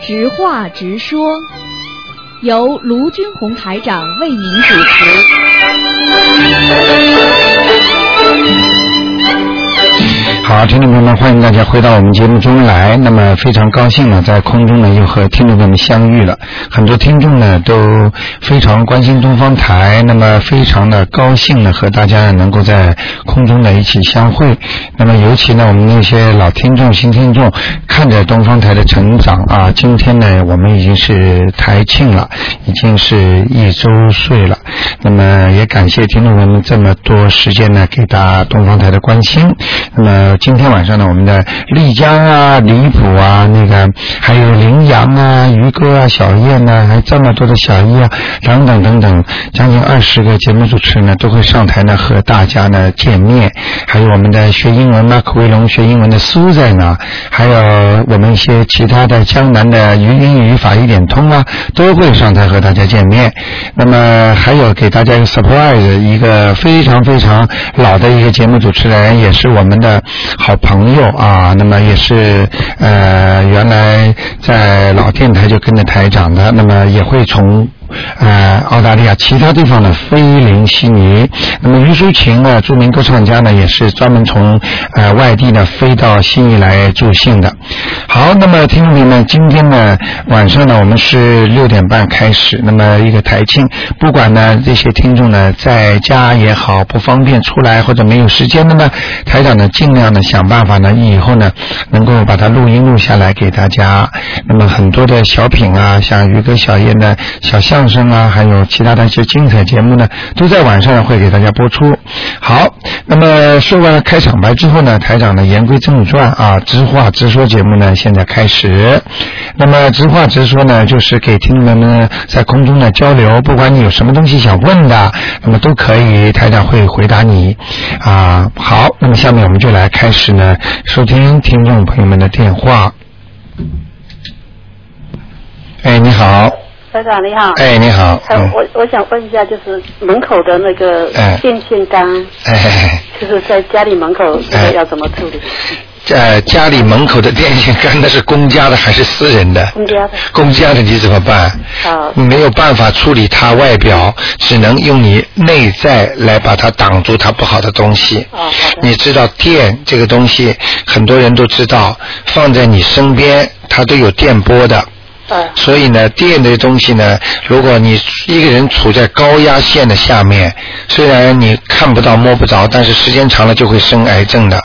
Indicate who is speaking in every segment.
Speaker 1: 直话直说，由卢军红台长为您主持。
Speaker 2: 好，听众朋友们，欢迎大家回到我们节目中来。那么非常高兴呢，在空中呢又和听众朋友们相遇了。很多听众呢都非常关心东方台，那么非常的高兴呢和大家能够在空中呢一起相会。那么尤其呢，我们那些老听众、新听众，看着东方台的成长啊，今天呢我们已经是台庆了，已经是一周岁了。那么也感谢听众朋友们这么多时间呢给大家东方台的关心。那么今天晚上呢，我们的丽江啊、离谱啊、那个还有羚羊啊、于哥啊、小叶呢、啊，还这么多的小叶啊，等等等等，将近二十个节目主持人呢都会上台呢和大家呢见面。还有我们的学英文马可威龙学英文的苏在呢，还有我们一些其他的江南的语音语法一点通啊，都会上台和大家见面。那么还有给大家一个 surprise，一个非常非常老的一个节目主持人，也是我们的。好朋友啊，那么也是呃，原来在老电台就跟着台长的，那么也会从。呃，澳大利亚其他地方的菲林悉尼，那么于淑琴呢，著名歌唱家呢，也是专门从呃外地呢飞到悉尼来助兴的。好，那么听众朋友们，今天呢晚上呢，我们是六点半开始，那么一个台庆，不管呢这些听众呢在家也好，不方便出来或者没有时间，那么台长呢尽量呢想办法呢以后呢能够把它录音录下来给大家。那么很多的小品啊，像于哥、小燕的小象。相声啊，还有其他的一些精彩节目呢，都在晚上会给大家播出。好，那么说完了开场白之后呢，台长呢言归正传啊，直话直说节目呢现在开始。那么直话直说呢，就是给听众们在空中呢交流，不管你有什么东西想问的，那么都可以，台长会回答你啊。好，那么下面我们就来开始呢，收听听众朋友们的电话。哎，你好。
Speaker 3: 台长你好，
Speaker 2: 哎你好，
Speaker 3: 嗯、我我想问一下，就是门口的那个电线杆，
Speaker 2: 哎，哎
Speaker 3: 就是在家里门口要怎么处理？
Speaker 2: 呃，家里门口的电线杆那是公家的还是私人的？
Speaker 3: 公家的。
Speaker 2: 公家的你怎么办？
Speaker 3: 啊。
Speaker 2: 没有办法处理它外表，只能用你内在来把它挡住它不好的东西。
Speaker 3: 啊，
Speaker 2: 你知道电这个东西，很多人都知道，放在你身边它都有电波的。
Speaker 3: 啊
Speaker 2: 所以呢，电这东西呢，如果你一个人处在高压线的下面，虽然你看不到、摸不着，但是时间长了就会生癌症的，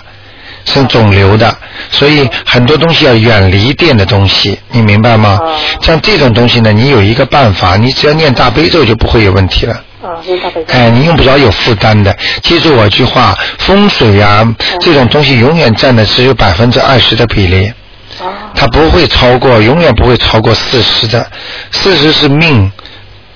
Speaker 2: 生肿瘤的。所以很多东西要远离电的东西，你明白吗？像这种东西呢，你有一个办法，你只要念大悲咒就不会有问题了。
Speaker 3: 啊
Speaker 2: 哎，你用不着有负担的。记住我一句话，风水啊，这种东西永远占的只有百分之二十的比例。
Speaker 3: 啊
Speaker 2: 它不会超过，永远不会超过四十的。四十是命，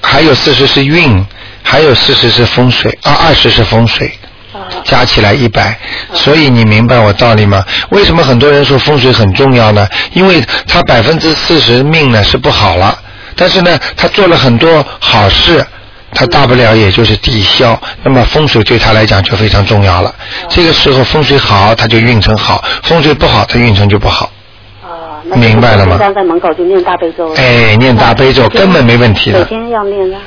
Speaker 2: 还有四十是运，还有四十是风水，啊，二十是风水，
Speaker 3: 啊
Speaker 2: 加起来一百。所以你明白我道理吗？为什么很多人说风水很重要呢？因为他百分之四十命呢是不好了，但是呢，他做了很多好事。它大不了也就是抵消，那么风水对他来讲就非常重要了。这个时候风水好，它就运程好；风水不好，它运程就不好。明白了吗？
Speaker 3: 站在门啊口就念大悲咒。
Speaker 2: 哎，念大悲咒根本没问题的。
Speaker 3: 每天要念啊。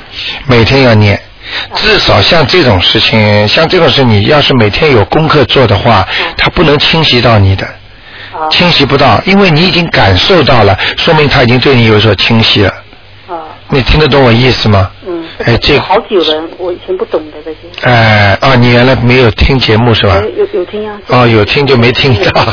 Speaker 2: 每天要念，至少像这种事情，像这种事，你要是每天有功课做的话，它不能侵袭到你的，
Speaker 3: 啊
Speaker 2: 侵袭不到，因为你已经感受到了，说明它已经对你有所侵袭了。你听得懂我意思吗？
Speaker 3: 啊嗯。哎，这好久了，我以前不懂的这些。
Speaker 2: 哎，啊，你原来没有听节目是吧？
Speaker 3: 有有听啊。
Speaker 2: 哦，有听就没听到，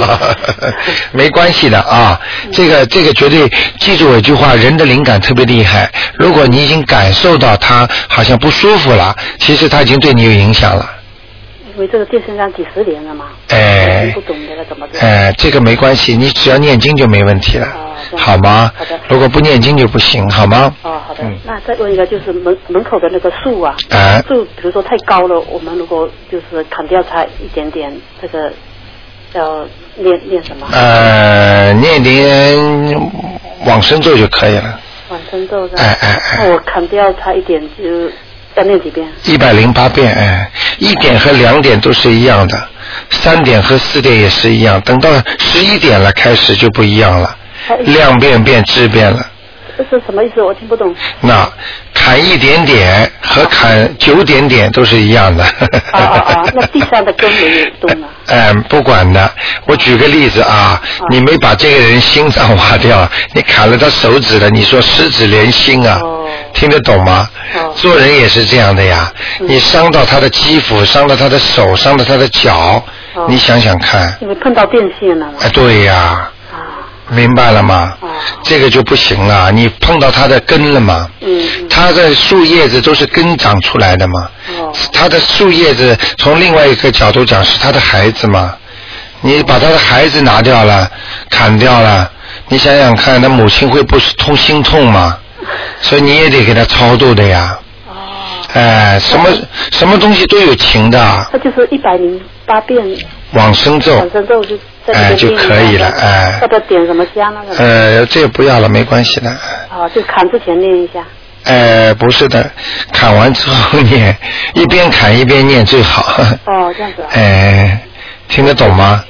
Speaker 2: 没关系的啊。这个这个绝对记住我一句话，人的灵感特别厉害。如果你已经感受到他好像不舒服了，其实他已经对你有影响了。
Speaker 3: 因为这个电线杆几十年了嘛。
Speaker 2: 哎。
Speaker 3: 不懂得怎么做。
Speaker 2: 哎，这个没关系，你只要念经就没问题了。好吗？
Speaker 3: 哦好的。
Speaker 2: 如果不念经就不行，好吗？
Speaker 3: 哦，好的。那再问一个，就是门门口的那个树啊，
Speaker 2: 嗯哎、
Speaker 3: 树比如说太高了，我们如果就是砍掉它一点点，这个要念念什么？
Speaker 2: 呃，念点往生咒就可以了。
Speaker 3: 往生咒是吧？
Speaker 2: 哎哎哎。
Speaker 3: 那我砍掉它一点就要念几遍？
Speaker 2: 一百零八遍，哎，一点和两点都是一样的，三点和四点也是一样，等到十一点了开始就不一样了。量变变质变了。
Speaker 3: 这是什么意思？我听不懂。
Speaker 2: 那砍一点点和砍九点点都是一样的。
Speaker 3: 啊啊啊！那地上的根没有动啊。
Speaker 2: 嗯，不管的。我举个例子啊，你没把这个人心脏挖掉，
Speaker 3: 啊
Speaker 2: 你砍了他手指了，你说十指连心啊？
Speaker 3: 哦
Speaker 2: 听得懂吗？
Speaker 3: 哦嗯
Speaker 2: 做人也是这样的呀，你伤到他的肌肤，伤到他的手，伤到他的脚，
Speaker 3: 哦
Speaker 2: 你想想看，
Speaker 3: 因为碰到电线了嘛。
Speaker 2: 哎，对呀、
Speaker 3: 啊，
Speaker 2: 明白了吗？
Speaker 3: 哦
Speaker 2: 这个就不行了，你碰到它的根了嘛？
Speaker 3: 嗯嗯
Speaker 2: 它的树叶子都是根长出来的嘛？
Speaker 3: 哦
Speaker 2: 它的树叶子从另外一个角度讲是它的孩子嘛？你把他的孩子拿掉了，砍掉了，你想想看，他母亲会不痛心痛吗？所以你也得给他超度的呀。
Speaker 3: 哦，
Speaker 2: 哎，什么什么东西都有情的，
Speaker 3: 那就是一百零八遍
Speaker 2: 往生咒
Speaker 3: 往，生咒就在
Speaker 2: 哎
Speaker 3: 这个
Speaker 2: 就
Speaker 3: 地方
Speaker 2: 可以了哎
Speaker 3: 要不要点什么香那个？
Speaker 2: 呃，这个不要了，没关系的。
Speaker 3: 啊，就砍之前念一下。
Speaker 2: 呃，不是的，砍完之后念，一边砍一边念最好。
Speaker 3: 哦，这样子啊。
Speaker 2: 哎，听得懂吗？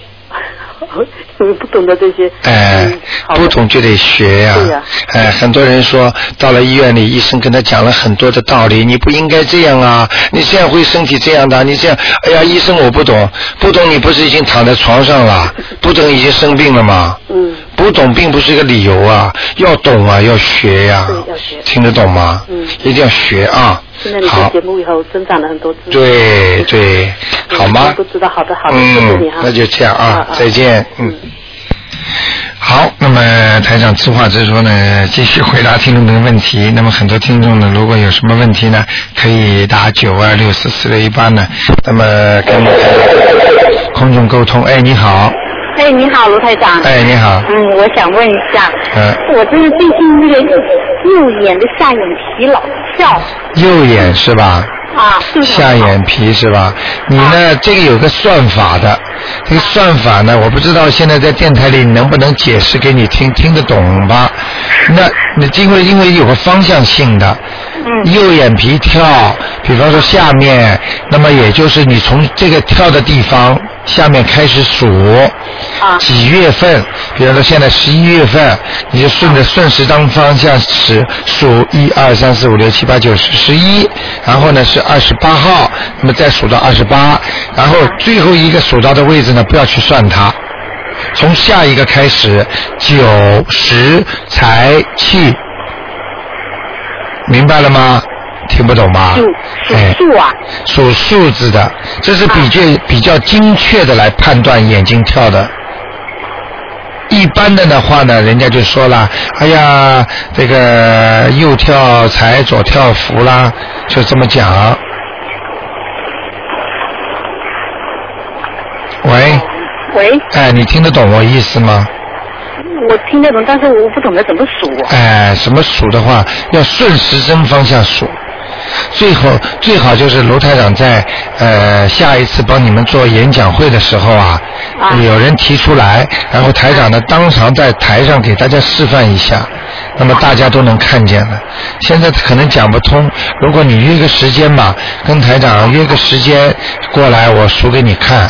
Speaker 3: 我不懂得这些。
Speaker 2: 哎
Speaker 3: 嗯，好的
Speaker 2: 不懂就得学呀、
Speaker 3: 对呀
Speaker 2: 哎，很多人说到了医院里，医生跟他讲了很多的道理，你不应该这样啊，你这样会身体这样的，你这样，哎呀，医生我不懂，不懂你不是已经躺在床上 了，不懂已经生病了吗？
Speaker 3: 嗯
Speaker 2: 不懂并不是一个理由啊，要懂啊，要学呀、
Speaker 3: 对要学
Speaker 2: 听得懂吗？
Speaker 3: 嗯
Speaker 2: 一定要学啊。
Speaker 3: 现在你
Speaker 2: 好
Speaker 3: 做节目以后增长了很多知识。
Speaker 2: 对对，
Speaker 3: 嗯
Speaker 2: 好吗
Speaker 3: 都？知道，好的好的，谢谢你
Speaker 2: 嗯
Speaker 3: 哈，。
Speaker 2: 那就这样啊，再见，嗯。好，那么台长自话直说呢，继续回答听众的问题。那么很多听众呢，如果有什么问题呢，可以打九二六四四六一八呢，那么跟台长空中沟通。哎，你好，
Speaker 3: 哎，你好，卢台长。
Speaker 2: 哎，你好，
Speaker 3: 嗯，我想问一下，
Speaker 2: 嗯
Speaker 3: 我就是最近那个右眼的下眼皮老翘
Speaker 2: 右眼是吧？
Speaker 3: 啊，是
Speaker 2: 下眼皮是吧？你呢？这个有个算法的，这个算法呢，我不知道现在在电台里能不能解释给你听，听得懂吧？那那因为因为有个方向性的，
Speaker 3: 嗯
Speaker 2: 右眼皮跳，比方说下面，那么也就是你从这个跳的地方下面开始数，
Speaker 3: 啊
Speaker 2: 几月份？比方说现在十一月份，你就顺着顺时针方向数数一二三四五六七八九十十一，然后呢是二十八号，那么再数到二十八，然后最后一个数到的位置呢，不要去算它。从下一个开始，九十财气，明白了吗？听不懂吧？
Speaker 3: 数
Speaker 2: 哎，
Speaker 3: 数数啊，
Speaker 2: 数数字的，这是比较比较精确的来判断眼睛跳的。一般的的话呢，人家就说了，哎呀，这个右跳财，左跳福啦，就这么讲。喂，
Speaker 3: 喂，
Speaker 2: 哎，你听得懂我意思吗？
Speaker 3: 嗯我听得懂，但是我不懂得怎么数啊。
Speaker 2: 哎，什么数的话，要顺时针方向数。最后最好就是卢台长在呃下一次帮你们做演讲会的时候啊，
Speaker 3: 啊
Speaker 2: 有人提出来，然后台长呢当场在台上给大家示范一下，那么大家都能看见了。现在可能讲不通，如果你约个时间吧，跟台长约个时间过来，我数给你看，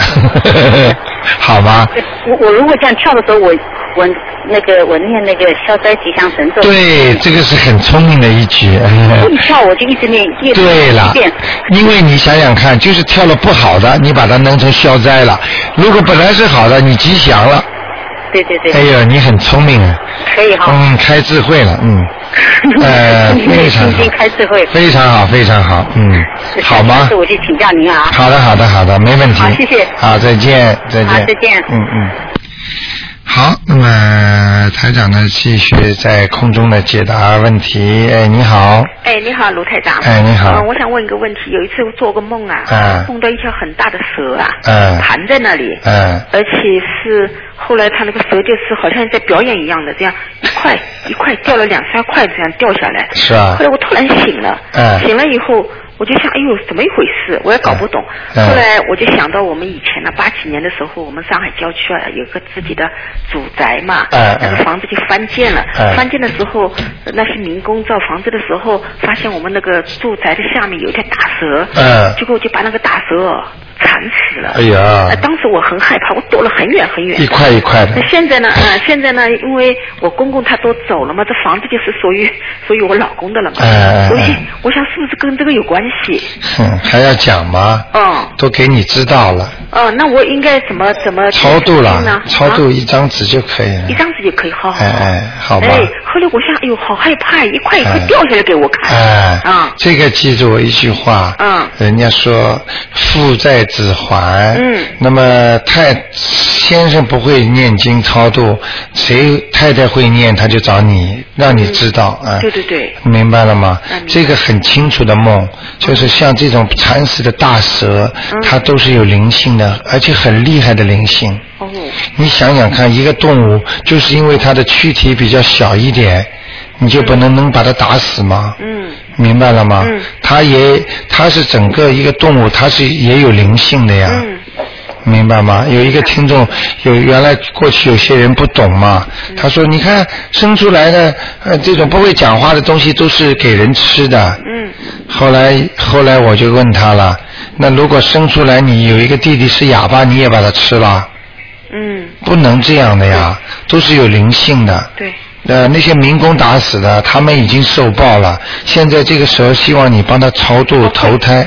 Speaker 2: 好吗？
Speaker 3: 我我如果这样跳的时候，我我那个我念那个消灾吉祥神咒，
Speaker 2: 对，这个是很聪明的一举。
Speaker 3: 我一跳我就一直念一
Speaker 2: 对
Speaker 3: 一
Speaker 2: 了
Speaker 3: 遍，
Speaker 2: 因为你想想看，就是跳了不好的，你把它弄成消灾了；如果本来是好的，你吉祥了。
Speaker 3: 对对对，
Speaker 2: 哎呦，你很聪明啊！
Speaker 3: 可以哈。
Speaker 2: 嗯，开智慧了，嗯， 呃，非常
Speaker 3: 重
Speaker 2: 好
Speaker 3: 新，开智慧，
Speaker 2: 非常好，非常好，嗯，好吗
Speaker 3: 是？我去请教您啊。
Speaker 2: 好的，好的，好的，没问题。
Speaker 3: 好谢谢
Speaker 2: 好，再见，再见。
Speaker 3: 好再见
Speaker 2: 嗯嗯。好，那么台长呢，继续在空中呢解答问题。哎，你好，
Speaker 4: 哎，你好，卢台长。
Speaker 2: 哎你好
Speaker 3: 呃
Speaker 4: 嗯，我想问一个问题。有一次我做个梦啊，
Speaker 2: 嗯
Speaker 4: 梦到一条很大的蛇啊，
Speaker 2: 嗯
Speaker 4: 盘在那里，
Speaker 2: 嗯，
Speaker 4: 而且是后来他那个蛇就是好像在表演一样的，这样一块一块掉了两三块这样掉下来。
Speaker 2: 是啊
Speaker 4: 后来我突然醒了，
Speaker 2: 嗯
Speaker 4: 醒了以后我就想，哎呦，怎么一回事？我也搞不懂。
Speaker 2: 嗯嗯
Speaker 4: 后来我就想到我们以前呢，八几年的时候，我们上海郊区啊有个自己的祖宅嘛，
Speaker 2: 嗯
Speaker 4: 那个
Speaker 2: 嗯
Speaker 4: 房子就翻建了，
Speaker 2: 嗯
Speaker 4: 翻建的时候那些民工造房子的时
Speaker 3: 呃
Speaker 4: 候，发现我们那个住宅的下面有一条大蛇，
Speaker 2: 嗯
Speaker 4: 结果就把那个大蛇铲死了。
Speaker 2: 哎呀
Speaker 4: 呃当时我很害怕，我躲了很远很远。
Speaker 2: 一块一块 的
Speaker 4: 那，现在呢？啊、现在呢？因为我公公他都走了嘛，这房子就是属于属于我老公的了嘛。
Speaker 2: 哎哎哎
Speaker 4: 我想，我想是不是跟这个有关系？
Speaker 2: 哼，嗯还要讲吗？
Speaker 4: 嗯
Speaker 2: 都给你知道了，
Speaker 4: 嗯，那我应该怎么怎么
Speaker 2: 超度
Speaker 4: 呃呢
Speaker 2: 了？，超度
Speaker 4: 啊、
Speaker 2: 一张纸就可以了
Speaker 4: 一。张纸就可以，好好好。
Speaker 2: 哎哎，好吧。
Speaker 4: 哎，后来我想，哎呦，好害怕，一块一块
Speaker 2: 哎
Speaker 4: 掉下来给我看。
Speaker 2: 哎，
Speaker 4: 啊
Speaker 2: 这个记住我一句话，
Speaker 4: 嗯
Speaker 2: 人家说父债子还，
Speaker 4: 嗯
Speaker 2: 那么太先生不会念经超度，谁太太会念，他就找你，让你知道啊、
Speaker 4: 嗯对对对，
Speaker 2: 明白了吗
Speaker 4: 啊明？白
Speaker 2: 这个很清楚的梦，就是像这种惨死的大蛇，
Speaker 4: 嗯
Speaker 2: 它都是有灵性的，而且很厉害的灵性。
Speaker 4: 哦，
Speaker 2: 你想想看，一个动物就是因为它的躯体比较小一点，你就不能能把它打死吗？
Speaker 4: 嗯，
Speaker 2: 明白了吗？
Speaker 4: 嗯
Speaker 2: 它也，它是整个一个动物，它是也有灵性的呀。
Speaker 4: 嗯，
Speaker 2: 明白吗？有一个听众，有原来过去有些人不懂嘛，
Speaker 4: 嗯
Speaker 2: 他说：“你看生出来的呃这种不会讲话的东西都是给人吃的。”
Speaker 4: 嗯。
Speaker 2: 后来后来我就问他了，那如果生出来你有一个弟弟是哑巴，你也把它吃了？
Speaker 4: 嗯，
Speaker 2: 不能这样的呀，都是有灵性的。
Speaker 4: 对，
Speaker 2: 呃，那些民工打死的，他们已经受报了。现在这个时候，希望你帮他超度投胎，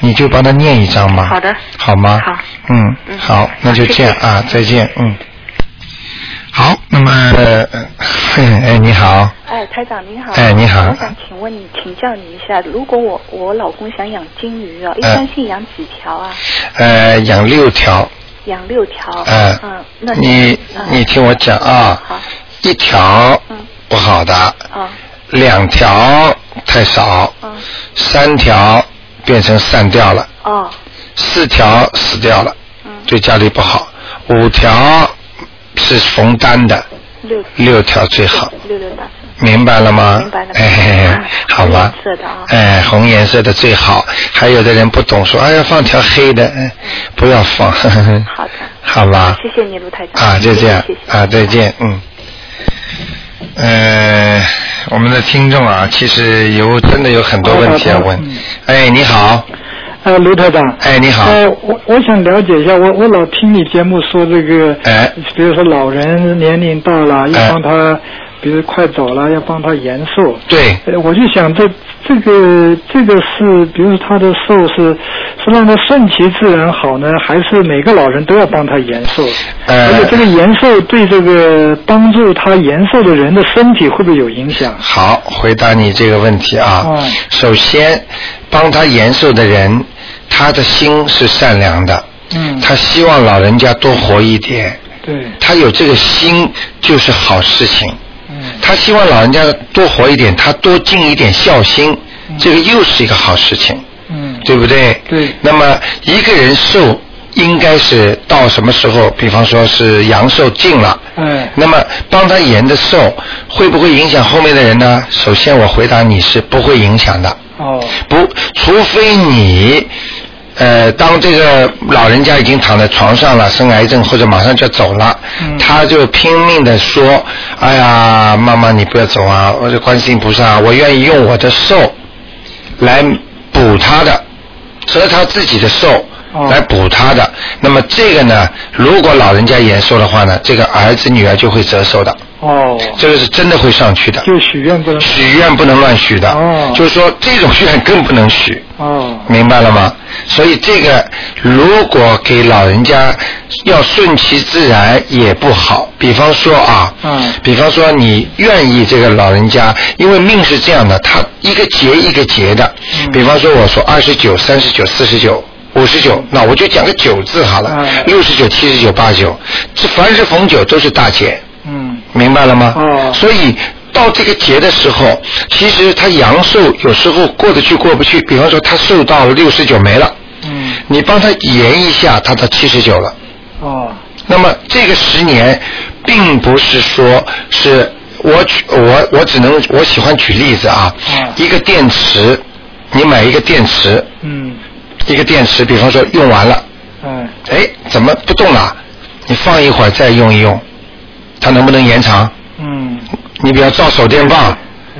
Speaker 2: 你就帮他念一张吧。
Speaker 4: 好的
Speaker 2: 好吗？
Speaker 4: 好。
Speaker 2: 嗯，
Speaker 4: 嗯
Speaker 2: 好，那就这样
Speaker 4: 谢谢
Speaker 2: 啊，再见，嗯。好，那么，呃 嘿哎，你好，
Speaker 5: 哎，台长您好。
Speaker 2: 哎你好
Speaker 5: 我想请问你，请教你一下，如果我我老公想养金鱼哦，一
Speaker 2: 哎
Speaker 5: 般性养几条啊？
Speaker 2: 呃，养六条，
Speaker 5: 养六条。
Speaker 2: 呃，
Speaker 5: 嗯，那
Speaker 2: 你
Speaker 5: 嗯
Speaker 2: 你听我讲啊，
Speaker 5: 好。
Speaker 2: 一条
Speaker 5: 嗯
Speaker 2: 不好的，
Speaker 5: 啊
Speaker 2: 两条太少，
Speaker 5: 啊
Speaker 2: 三条变成散掉了，
Speaker 5: 哦
Speaker 2: 四条死掉了，
Speaker 5: 嗯
Speaker 2: 对家里不好。五条是逢单的，
Speaker 5: 六
Speaker 2: 六条最好，
Speaker 5: 六六大顺。
Speaker 2: 明白了吗？
Speaker 5: 明白了
Speaker 2: 哎嘿嘿
Speaker 5: 嗯
Speaker 2: 好
Speaker 5: 红
Speaker 2: 吧
Speaker 5: 颜色的啊。
Speaker 2: 哎，红颜色的最好。还有的人不懂说，哎呀，放条黑的，哎不要放。呵呵呵
Speaker 5: 好的
Speaker 2: 好吧。
Speaker 5: 谢谢你卢台长
Speaker 2: 啊啊，就这样
Speaker 5: 谢谢谢谢
Speaker 2: 啊，再见，嗯。呃，我们的听众啊，其实有真的有很多问题要问。哎，你好，
Speaker 6: 呃，卢台长。
Speaker 2: 哎你好
Speaker 6: 呃，我我想了解一下，我我老听你节目说这个，
Speaker 2: 哎
Speaker 6: 比如说老人年龄大了，
Speaker 2: 哎
Speaker 6: 要帮他，比如快走了，要帮他延寿。
Speaker 2: 对，
Speaker 6: 呃，我就想这这个这个是，比如说他的寿是是让他顺其自然好呢，还是每个老人都要帮他延寿？
Speaker 2: 呃
Speaker 6: 而且这个延寿对这个帮助他延寿的人的身体会不会有影响？
Speaker 2: 好，回答你这个问题啊。
Speaker 6: 嗯
Speaker 2: 首先，帮他延寿的人，他的心是善良的，
Speaker 6: 嗯
Speaker 2: 他希望老人家多活一点，
Speaker 6: 对，
Speaker 2: 他有这个心就是好事情。
Speaker 6: 嗯
Speaker 2: 他希望老人家多活一点，他多尽一点孝心，这个又是一个好事情，
Speaker 6: 嗯，
Speaker 2: 对不对？
Speaker 6: 对
Speaker 2: 那么一个人寿应该是到什么时候？比方说是阳寿尽了，
Speaker 6: 哎，
Speaker 2: 那么帮他延的寿会不会影响后面的人呢？首先我回答你是不会影响的，
Speaker 6: 哦，
Speaker 2: 不，除非你。呃，当这个老人家已经躺在床上了，生癌症或者马上就要走了，
Speaker 6: 嗯
Speaker 2: 他就拼命的说：“哎呀，妈妈你不要走啊！我这观世音菩萨，我愿意用我的寿来补他的，折他自己的寿
Speaker 6: 哦
Speaker 2: 来补他的。那么这个呢，如果老人家延寿的话呢，这个儿子女儿就会折寿的，
Speaker 6: 哦，
Speaker 2: 这个是真的会上去的。
Speaker 6: 就许愿不能
Speaker 2: 许愿不能乱许的，
Speaker 6: 哦
Speaker 2: 就是说这种愿更不能许。
Speaker 6: 哦，
Speaker 2: 明白了吗？所以这个如果给老人家要顺其自然也不好。比方说啊，
Speaker 6: 嗯
Speaker 2: 比方说你愿意这个老人家，因为命是这样的，他一个节一个节的。
Speaker 6: 嗯
Speaker 2: 比方说我说二十九、三十九、四十九。五十九，那我就讲个九字好了
Speaker 6: 嗯。
Speaker 2: 六十九、七十九、八十九，这凡是逢九都是大节。
Speaker 6: 嗯，
Speaker 2: 明白了吗？
Speaker 6: 哦
Speaker 2: 所以到这个节的时候，其实他阳寿有时候过得去过不去，比方说他寿到六十九没了，
Speaker 6: 嗯，
Speaker 2: 你帮他延一下，他到七十九了。
Speaker 6: 哦，
Speaker 2: 那么这个十年，并不是说是我举我我只能我喜欢举例子啊，
Speaker 6: 嗯
Speaker 2: 一个电池，你买一个电池，
Speaker 6: 嗯，
Speaker 2: 一个电池，比方说用完了，
Speaker 6: 哎，
Speaker 2: 哎，怎么不动了？你放一会儿再用一用，它能不能延长？
Speaker 6: 嗯，哎
Speaker 2: 你比方照手电棒，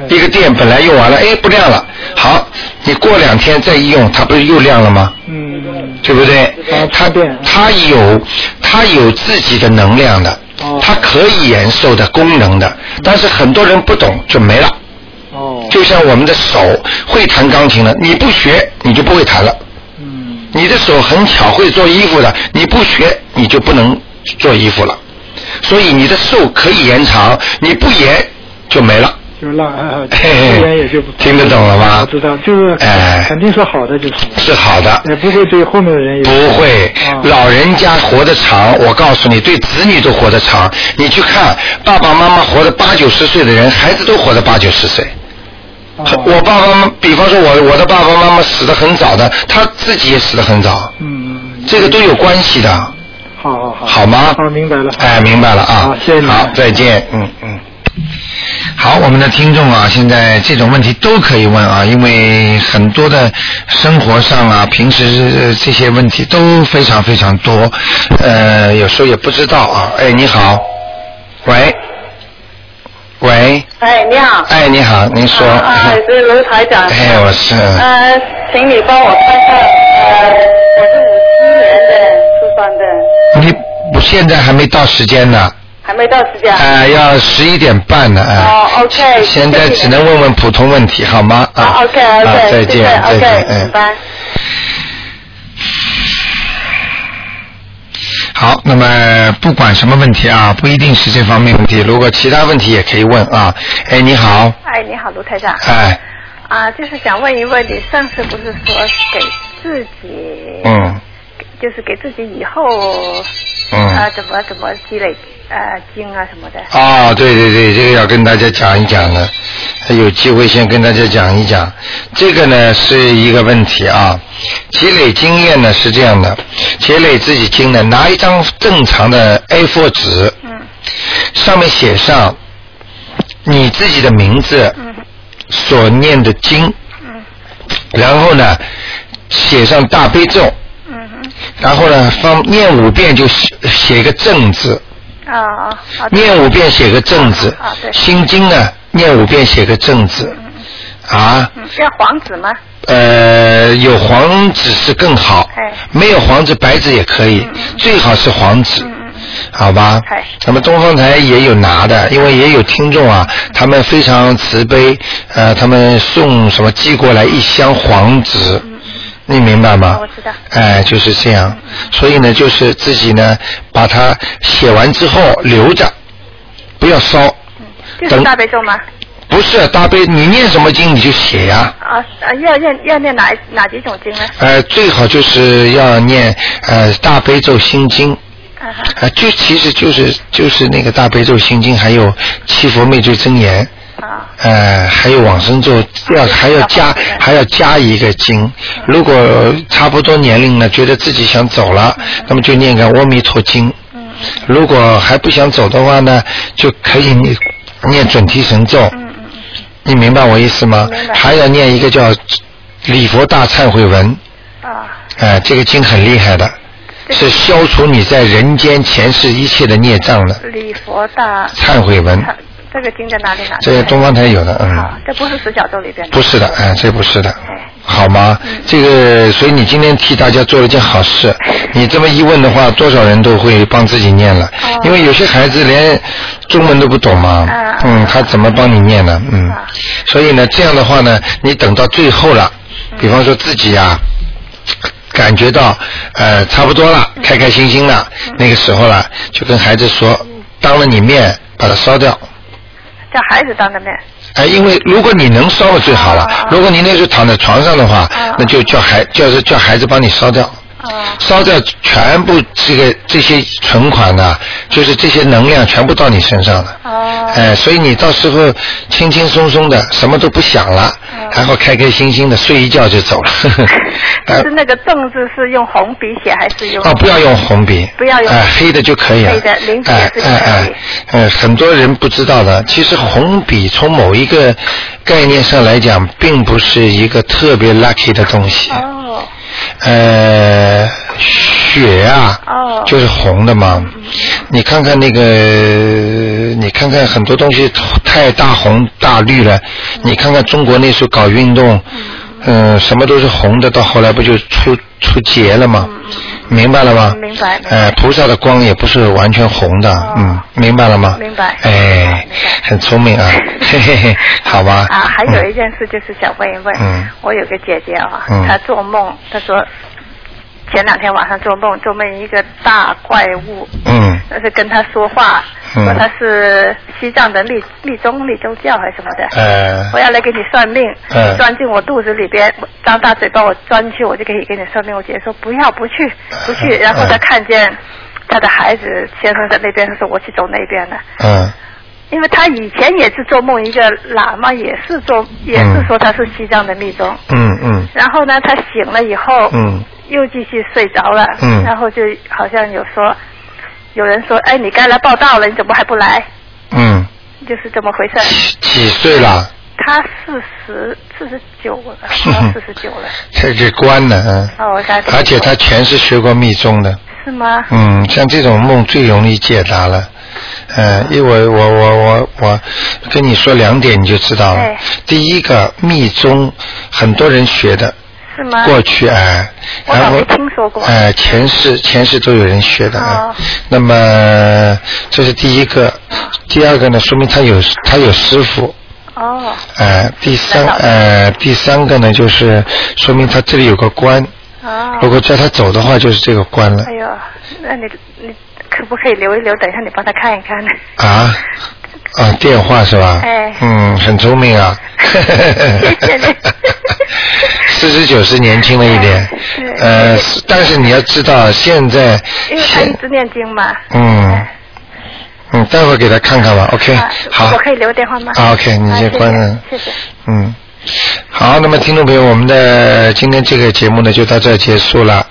Speaker 2: 一个电本来用完了，哎，不亮了，好，你过两天再一用，它不是又亮了吗？
Speaker 6: 嗯，
Speaker 2: 对不对
Speaker 6: 啊？
Speaker 2: 它
Speaker 6: 它变
Speaker 2: 它有它有自己的能量的
Speaker 6: 哦，
Speaker 2: 它可以延寿的功能的，但是很多人不懂就没了。
Speaker 6: 哦，
Speaker 2: 就像我们的手会弹钢琴的，你不学你就不会弹了；
Speaker 6: 嗯，
Speaker 2: 你的手很巧会做衣服的，你不学你就不能做衣服了。所以你的寿可以延长，你不延就没了。
Speaker 6: 就 让啊，
Speaker 2: 嘿
Speaker 6: 自然也就不
Speaker 2: 听得懂了吗
Speaker 6: 我知道，就是
Speaker 2: 哎
Speaker 6: 肯定是好的，就是了
Speaker 2: 是好的，
Speaker 6: 也不会对后面的人有
Speaker 2: 不会，
Speaker 6: 啊
Speaker 2: 老人家活得长，我告诉你，对子女都活得长。你去看爸爸妈妈活得八九十岁的人，孩子都活得八九十岁。
Speaker 6: 啊
Speaker 2: 我爸爸妈妈，比方说我我的爸爸妈妈死得很早的，他自己也死得很早，
Speaker 6: 嗯，
Speaker 2: 这个都有关系的，
Speaker 6: 好好好，
Speaker 2: 好吗？
Speaker 6: 好，啊明白了，
Speaker 2: 哎，明白了啊。
Speaker 6: 好谢谢你
Speaker 2: 好，再见。嗯嗯。好，我们的听众啊，现在这种问题都可以问啊，因为很多的生活上啊，平时呃这些问题都非常非常多，呃，有时候也不知道啊。哎，你好，喂，喂，
Speaker 7: 哎，你好。
Speaker 2: 哎，你好，您说，
Speaker 7: 啊，是卢台长。
Speaker 2: 哎，我是，
Speaker 7: 呃，请你帮我看看，呃，我是五七年的出生的，
Speaker 2: 你不现在还没到时间呢，
Speaker 7: 还没到时间。
Speaker 2: 哎、要十一点半呢，哎、
Speaker 7: 哦，OK，
Speaker 2: 现在只能问问普通问题，好吗？啊
Speaker 7: 啊，OK
Speaker 2: 啊
Speaker 7: OK，
Speaker 2: 再见，再
Speaker 7: OK，
Speaker 2: 见，嗯
Speaker 7: 拜。拜。
Speaker 2: 好，那么不管什么问题啊，不一定是这方面问题，如果其他问题也可以问啊。哎，你好，
Speaker 8: 哎，你好，卢台长。
Speaker 2: 哎，
Speaker 8: 啊，就是想问一问，你上次不是说给自己，
Speaker 2: 嗯
Speaker 8: 就是给自己以后啊
Speaker 2: 嗯，
Speaker 8: 怎么怎么积累啊经啊什么的。
Speaker 2: 哦，对对对，这个要跟大家讲一讲的，有机会先跟大家讲一讲。这个呢是一个问题啊，积累经验呢是这样的，积累自己经呢，拿一张正常的 A4 纸，
Speaker 8: 嗯
Speaker 2: 上面写上你自己的名字
Speaker 8: 嗯
Speaker 2: 所念的经，
Speaker 8: 嗯
Speaker 2: 然后呢写上大悲咒，
Speaker 8: 嗯
Speaker 2: 然后呢放念五遍就写写一个正字，
Speaker 8: 嗯，啊啊啊！对
Speaker 2: 念五遍写个正字
Speaker 8: 啊对，
Speaker 2: 心经呢念五遍写个正字，啊，
Speaker 8: 嗯，要黄纸吗？
Speaker 2: 呃，有黄纸是更好
Speaker 8: 哎，
Speaker 2: 没有黄纸白纸也可以
Speaker 8: 嗯，嗯
Speaker 2: 最好是黄纸
Speaker 8: 嗯，嗯
Speaker 2: 好吧
Speaker 8: 哎？
Speaker 2: 那么东方台也有拿的，因为也有听众啊，他们非常慈悲，呃，他们送什么寄过来一箱黄纸，你明白吗
Speaker 8: 嗯哦我知道？嗯
Speaker 2: 哎，就是这样。所以呢，就是自己呢，把它写完之后留着，不要烧。
Speaker 8: 嗯，就是
Speaker 2: 等
Speaker 8: 大悲咒吗？
Speaker 2: 不是大悲，你念什么经你就写呀、
Speaker 8: 啊啊，要念要念哪哪几种经呢？
Speaker 2: 呃，最好就是要念呃大悲咒心经。
Speaker 8: 啊哈，
Speaker 2: 啊，就其实就是就是那个大悲咒心经，还有七佛灭罪真言，
Speaker 8: 啊
Speaker 2: 呃，还有往生咒，要还要加还要加一个经。如果差不多年龄呢，觉得自己想走了，那么就念个阿弥陀经。
Speaker 8: 嗯
Speaker 2: 如果还不想走的话呢，就可以念念准提神咒。
Speaker 8: 嗯嗯嗯，
Speaker 2: 你明白我意思吗
Speaker 8: 明？白
Speaker 2: 还要念一个叫礼佛大忏悔文，
Speaker 8: 嗯啊，
Speaker 2: 哎、这个经很厉害的，
Speaker 8: 这
Speaker 2: 是消除你在人间前世一切的孽障的。
Speaker 8: 礼佛大，
Speaker 2: 忏悔文，
Speaker 8: 它这个经在哪里拿的？
Speaker 2: 嗯这个东方台有的，
Speaker 8: 好
Speaker 2: 嗯，，
Speaker 8: 这不是十角咒里边的。
Speaker 2: 不是的，哎，这不是的
Speaker 8: 哎，
Speaker 2: 好吗？这个，所以你今天替大家做了一件好事。你这么一问的话，多少人都会帮自己念了，
Speaker 8: 哦
Speaker 2: 因为有些孩子连中文都不懂嘛
Speaker 8: 嗯，
Speaker 2: 嗯，他怎么帮你念呢？嗯
Speaker 8: 啊，
Speaker 2: 所以呢，这样的话呢，你等到最后了，比方说自己啊。感觉到呃差不多了，开开心心了，那个时候了，就跟孩子说，当了你面把它烧掉，
Speaker 8: 叫孩子当着面。
Speaker 2: 哎，因为如果你能烧了最好了
Speaker 8: 啊，
Speaker 2: 如果你那时候躺在床上的话
Speaker 8: 啊，
Speaker 2: 那就叫孩就是叫孩子帮你烧掉，
Speaker 8: 啊
Speaker 2: 烧掉全部这个这些存款呐、就是这些能量全部到你身上了。
Speaker 8: 哦
Speaker 2: 哎，所以你到时候轻轻松松的，什么都不想了，
Speaker 8: 啊
Speaker 2: 然后开开心心的睡一觉就走 了。 呃
Speaker 8: 就是那个正字是用红笔写还是用？
Speaker 2: 哦，不要用红笔，
Speaker 8: 不要用
Speaker 2: 哎、黑的就可以了。
Speaker 8: 黑的零笔
Speaker 2: 哎
Speaker 8: 也是
Speaker 2: 哎
Speaker 8: 可
Speaker 2: 哎
Speaker 8: 以，
Speaker 2: 呃，很多人不知道的，其实红笔从某一个概念上来讲，并不是一个特别 lucky 的东西。
Speaker 8: 哦
Speaker 2: 呃，血啊，
Speaker 8: 哦嗯
Speaker 2: 就是红的嘛。你看看那个你看看很多东西太大红大绿了，
Speaker 8: 嗯
Speaker 2: 你看看中国那时候搞运动，嗯、什么都是红的，到后来不就出出结了吗？明白了吗？
Speaker 8: 嗯明白明白
Speaker 2: 哎，菩萨的光也不是完全红的，嗯，明白了吗？
Speaker 8: 明白
Speaker 2: 哎，很聪明 啊，嘿嘿嘿，好吧。
Speaker 8: 啊，还有
Speaker 2: 嗯
Speaker 8: 一件事就是想问一问，
Speaker 2: 嗯
Speaker 8: 我有个姐姐啊，
Speaker 2: 嗯
Speaker 8: 她做梦，她说前两天晚上做梦，做梦一个大怪物，
Speaker 2: 嗯
Speaker 8: 但是跟她说话，
Speaker 2: 嗯
Speaker 8: 说她是西藏的密密宗密宗教还是什么的，
Speaker 2: 呃
Speaker 8: 我要来给你算命，
Speaker 2: 嗯
Speaker 8: 钻进我肚子里边，我张大嘴把我钻去，我就可以给你算命。我姐姐说不要，不去，不去。
Speaker 2: 嗯
Speaker 8: 然后她看见她的孩子先生在那边，她说我去走那边了。
Speaker 2: 嗯
Speaker 8: 因为他以前也是做梦，一个喇嘛也是做，也是说他是西藏的密宗。
Speaker 2: 嗯嗯
Speaker 8: 然后呢，他醒了以后，
Speaker 2: 嗯
Speaker 8: 又继续睡着了。
Speaker 2: 嗯
Speaker 8: 然后就好像有说，有人说，哎，你该来报道了，你怎么还不来？
Speaker 2: 嗯，
Speaker 8: 就是这么回事。
Speaker 2: 几几岁了？
Speaker 8: 他四十四十九了，
Speaker 2: 嗯
Speaker 8: 哦 四十九了，
Speaker 2: 这这关呢，嗯。
Speaker 8: 哦我大概
Speaker 2: 而且他全是学过密宗的，
Speaker 8: 是吗？
Speaker 2: 嗯，像这种梦最容易解答了。嗯，因为我我我我我跟你说两点你就知道了
Speaker 8: 哎。
Speaker 2: 第一个，密宗很多人学的，
Speaker 8: 是吗？
Speaker 2: 过去哎，
Speaker 8: 啊我
Speaker 2: 然
Speaker 8: 倒
Speaker 2: 后
Speaker 8: 没听说过
Speaker 2: 哎，前世前世都有人学的。啊
Speaker 8: 哦。
Speaker 2: 那么这是第一个，第二个呢，说明他有他有师傅。
Speaker 8: 哦，
Speaker 2: 呃，第三
Speaker 8: 那倒是
Speaker 2: 呃，第三个呢，就是说明他这里有个关，如
Speaker 8: 哦，
Speaker 2: 果叫他走的话，就是这个关了
Speaker 8: 哎呦，那你你可不可以留一留？等一下你帮他看一看呢？
Speaker 2: 啊啊，电话是吧？
Speaker 8: 哎
Speaker 2: 嗯，很聪明啊。
Speaker 8: 谢谢你
Speaker 2: 四十九是年轻了一点
Speaker 8: 哎是，
Speaker 2: 呃，是但是你要知道，现在
Speaker 8: 因为他一直念经嘛。
Speaker 2: 嗯嗯，待会儿给他看看吧，OK，
Speaker 8: 啊
Speaker 2: 好，
Speaker 8: 我可以留电话吗
Speaker 2: 啊，OK，你
Speaker 8: 啊
Speaker 2: 先
Speaker 8: 谢谢
Speaker 2: 关了，
Speaker 8: 谢谢
Speaker 2: 嗯，好，那么听众朋友，我们的今天这个节目呢就到这儿结束了。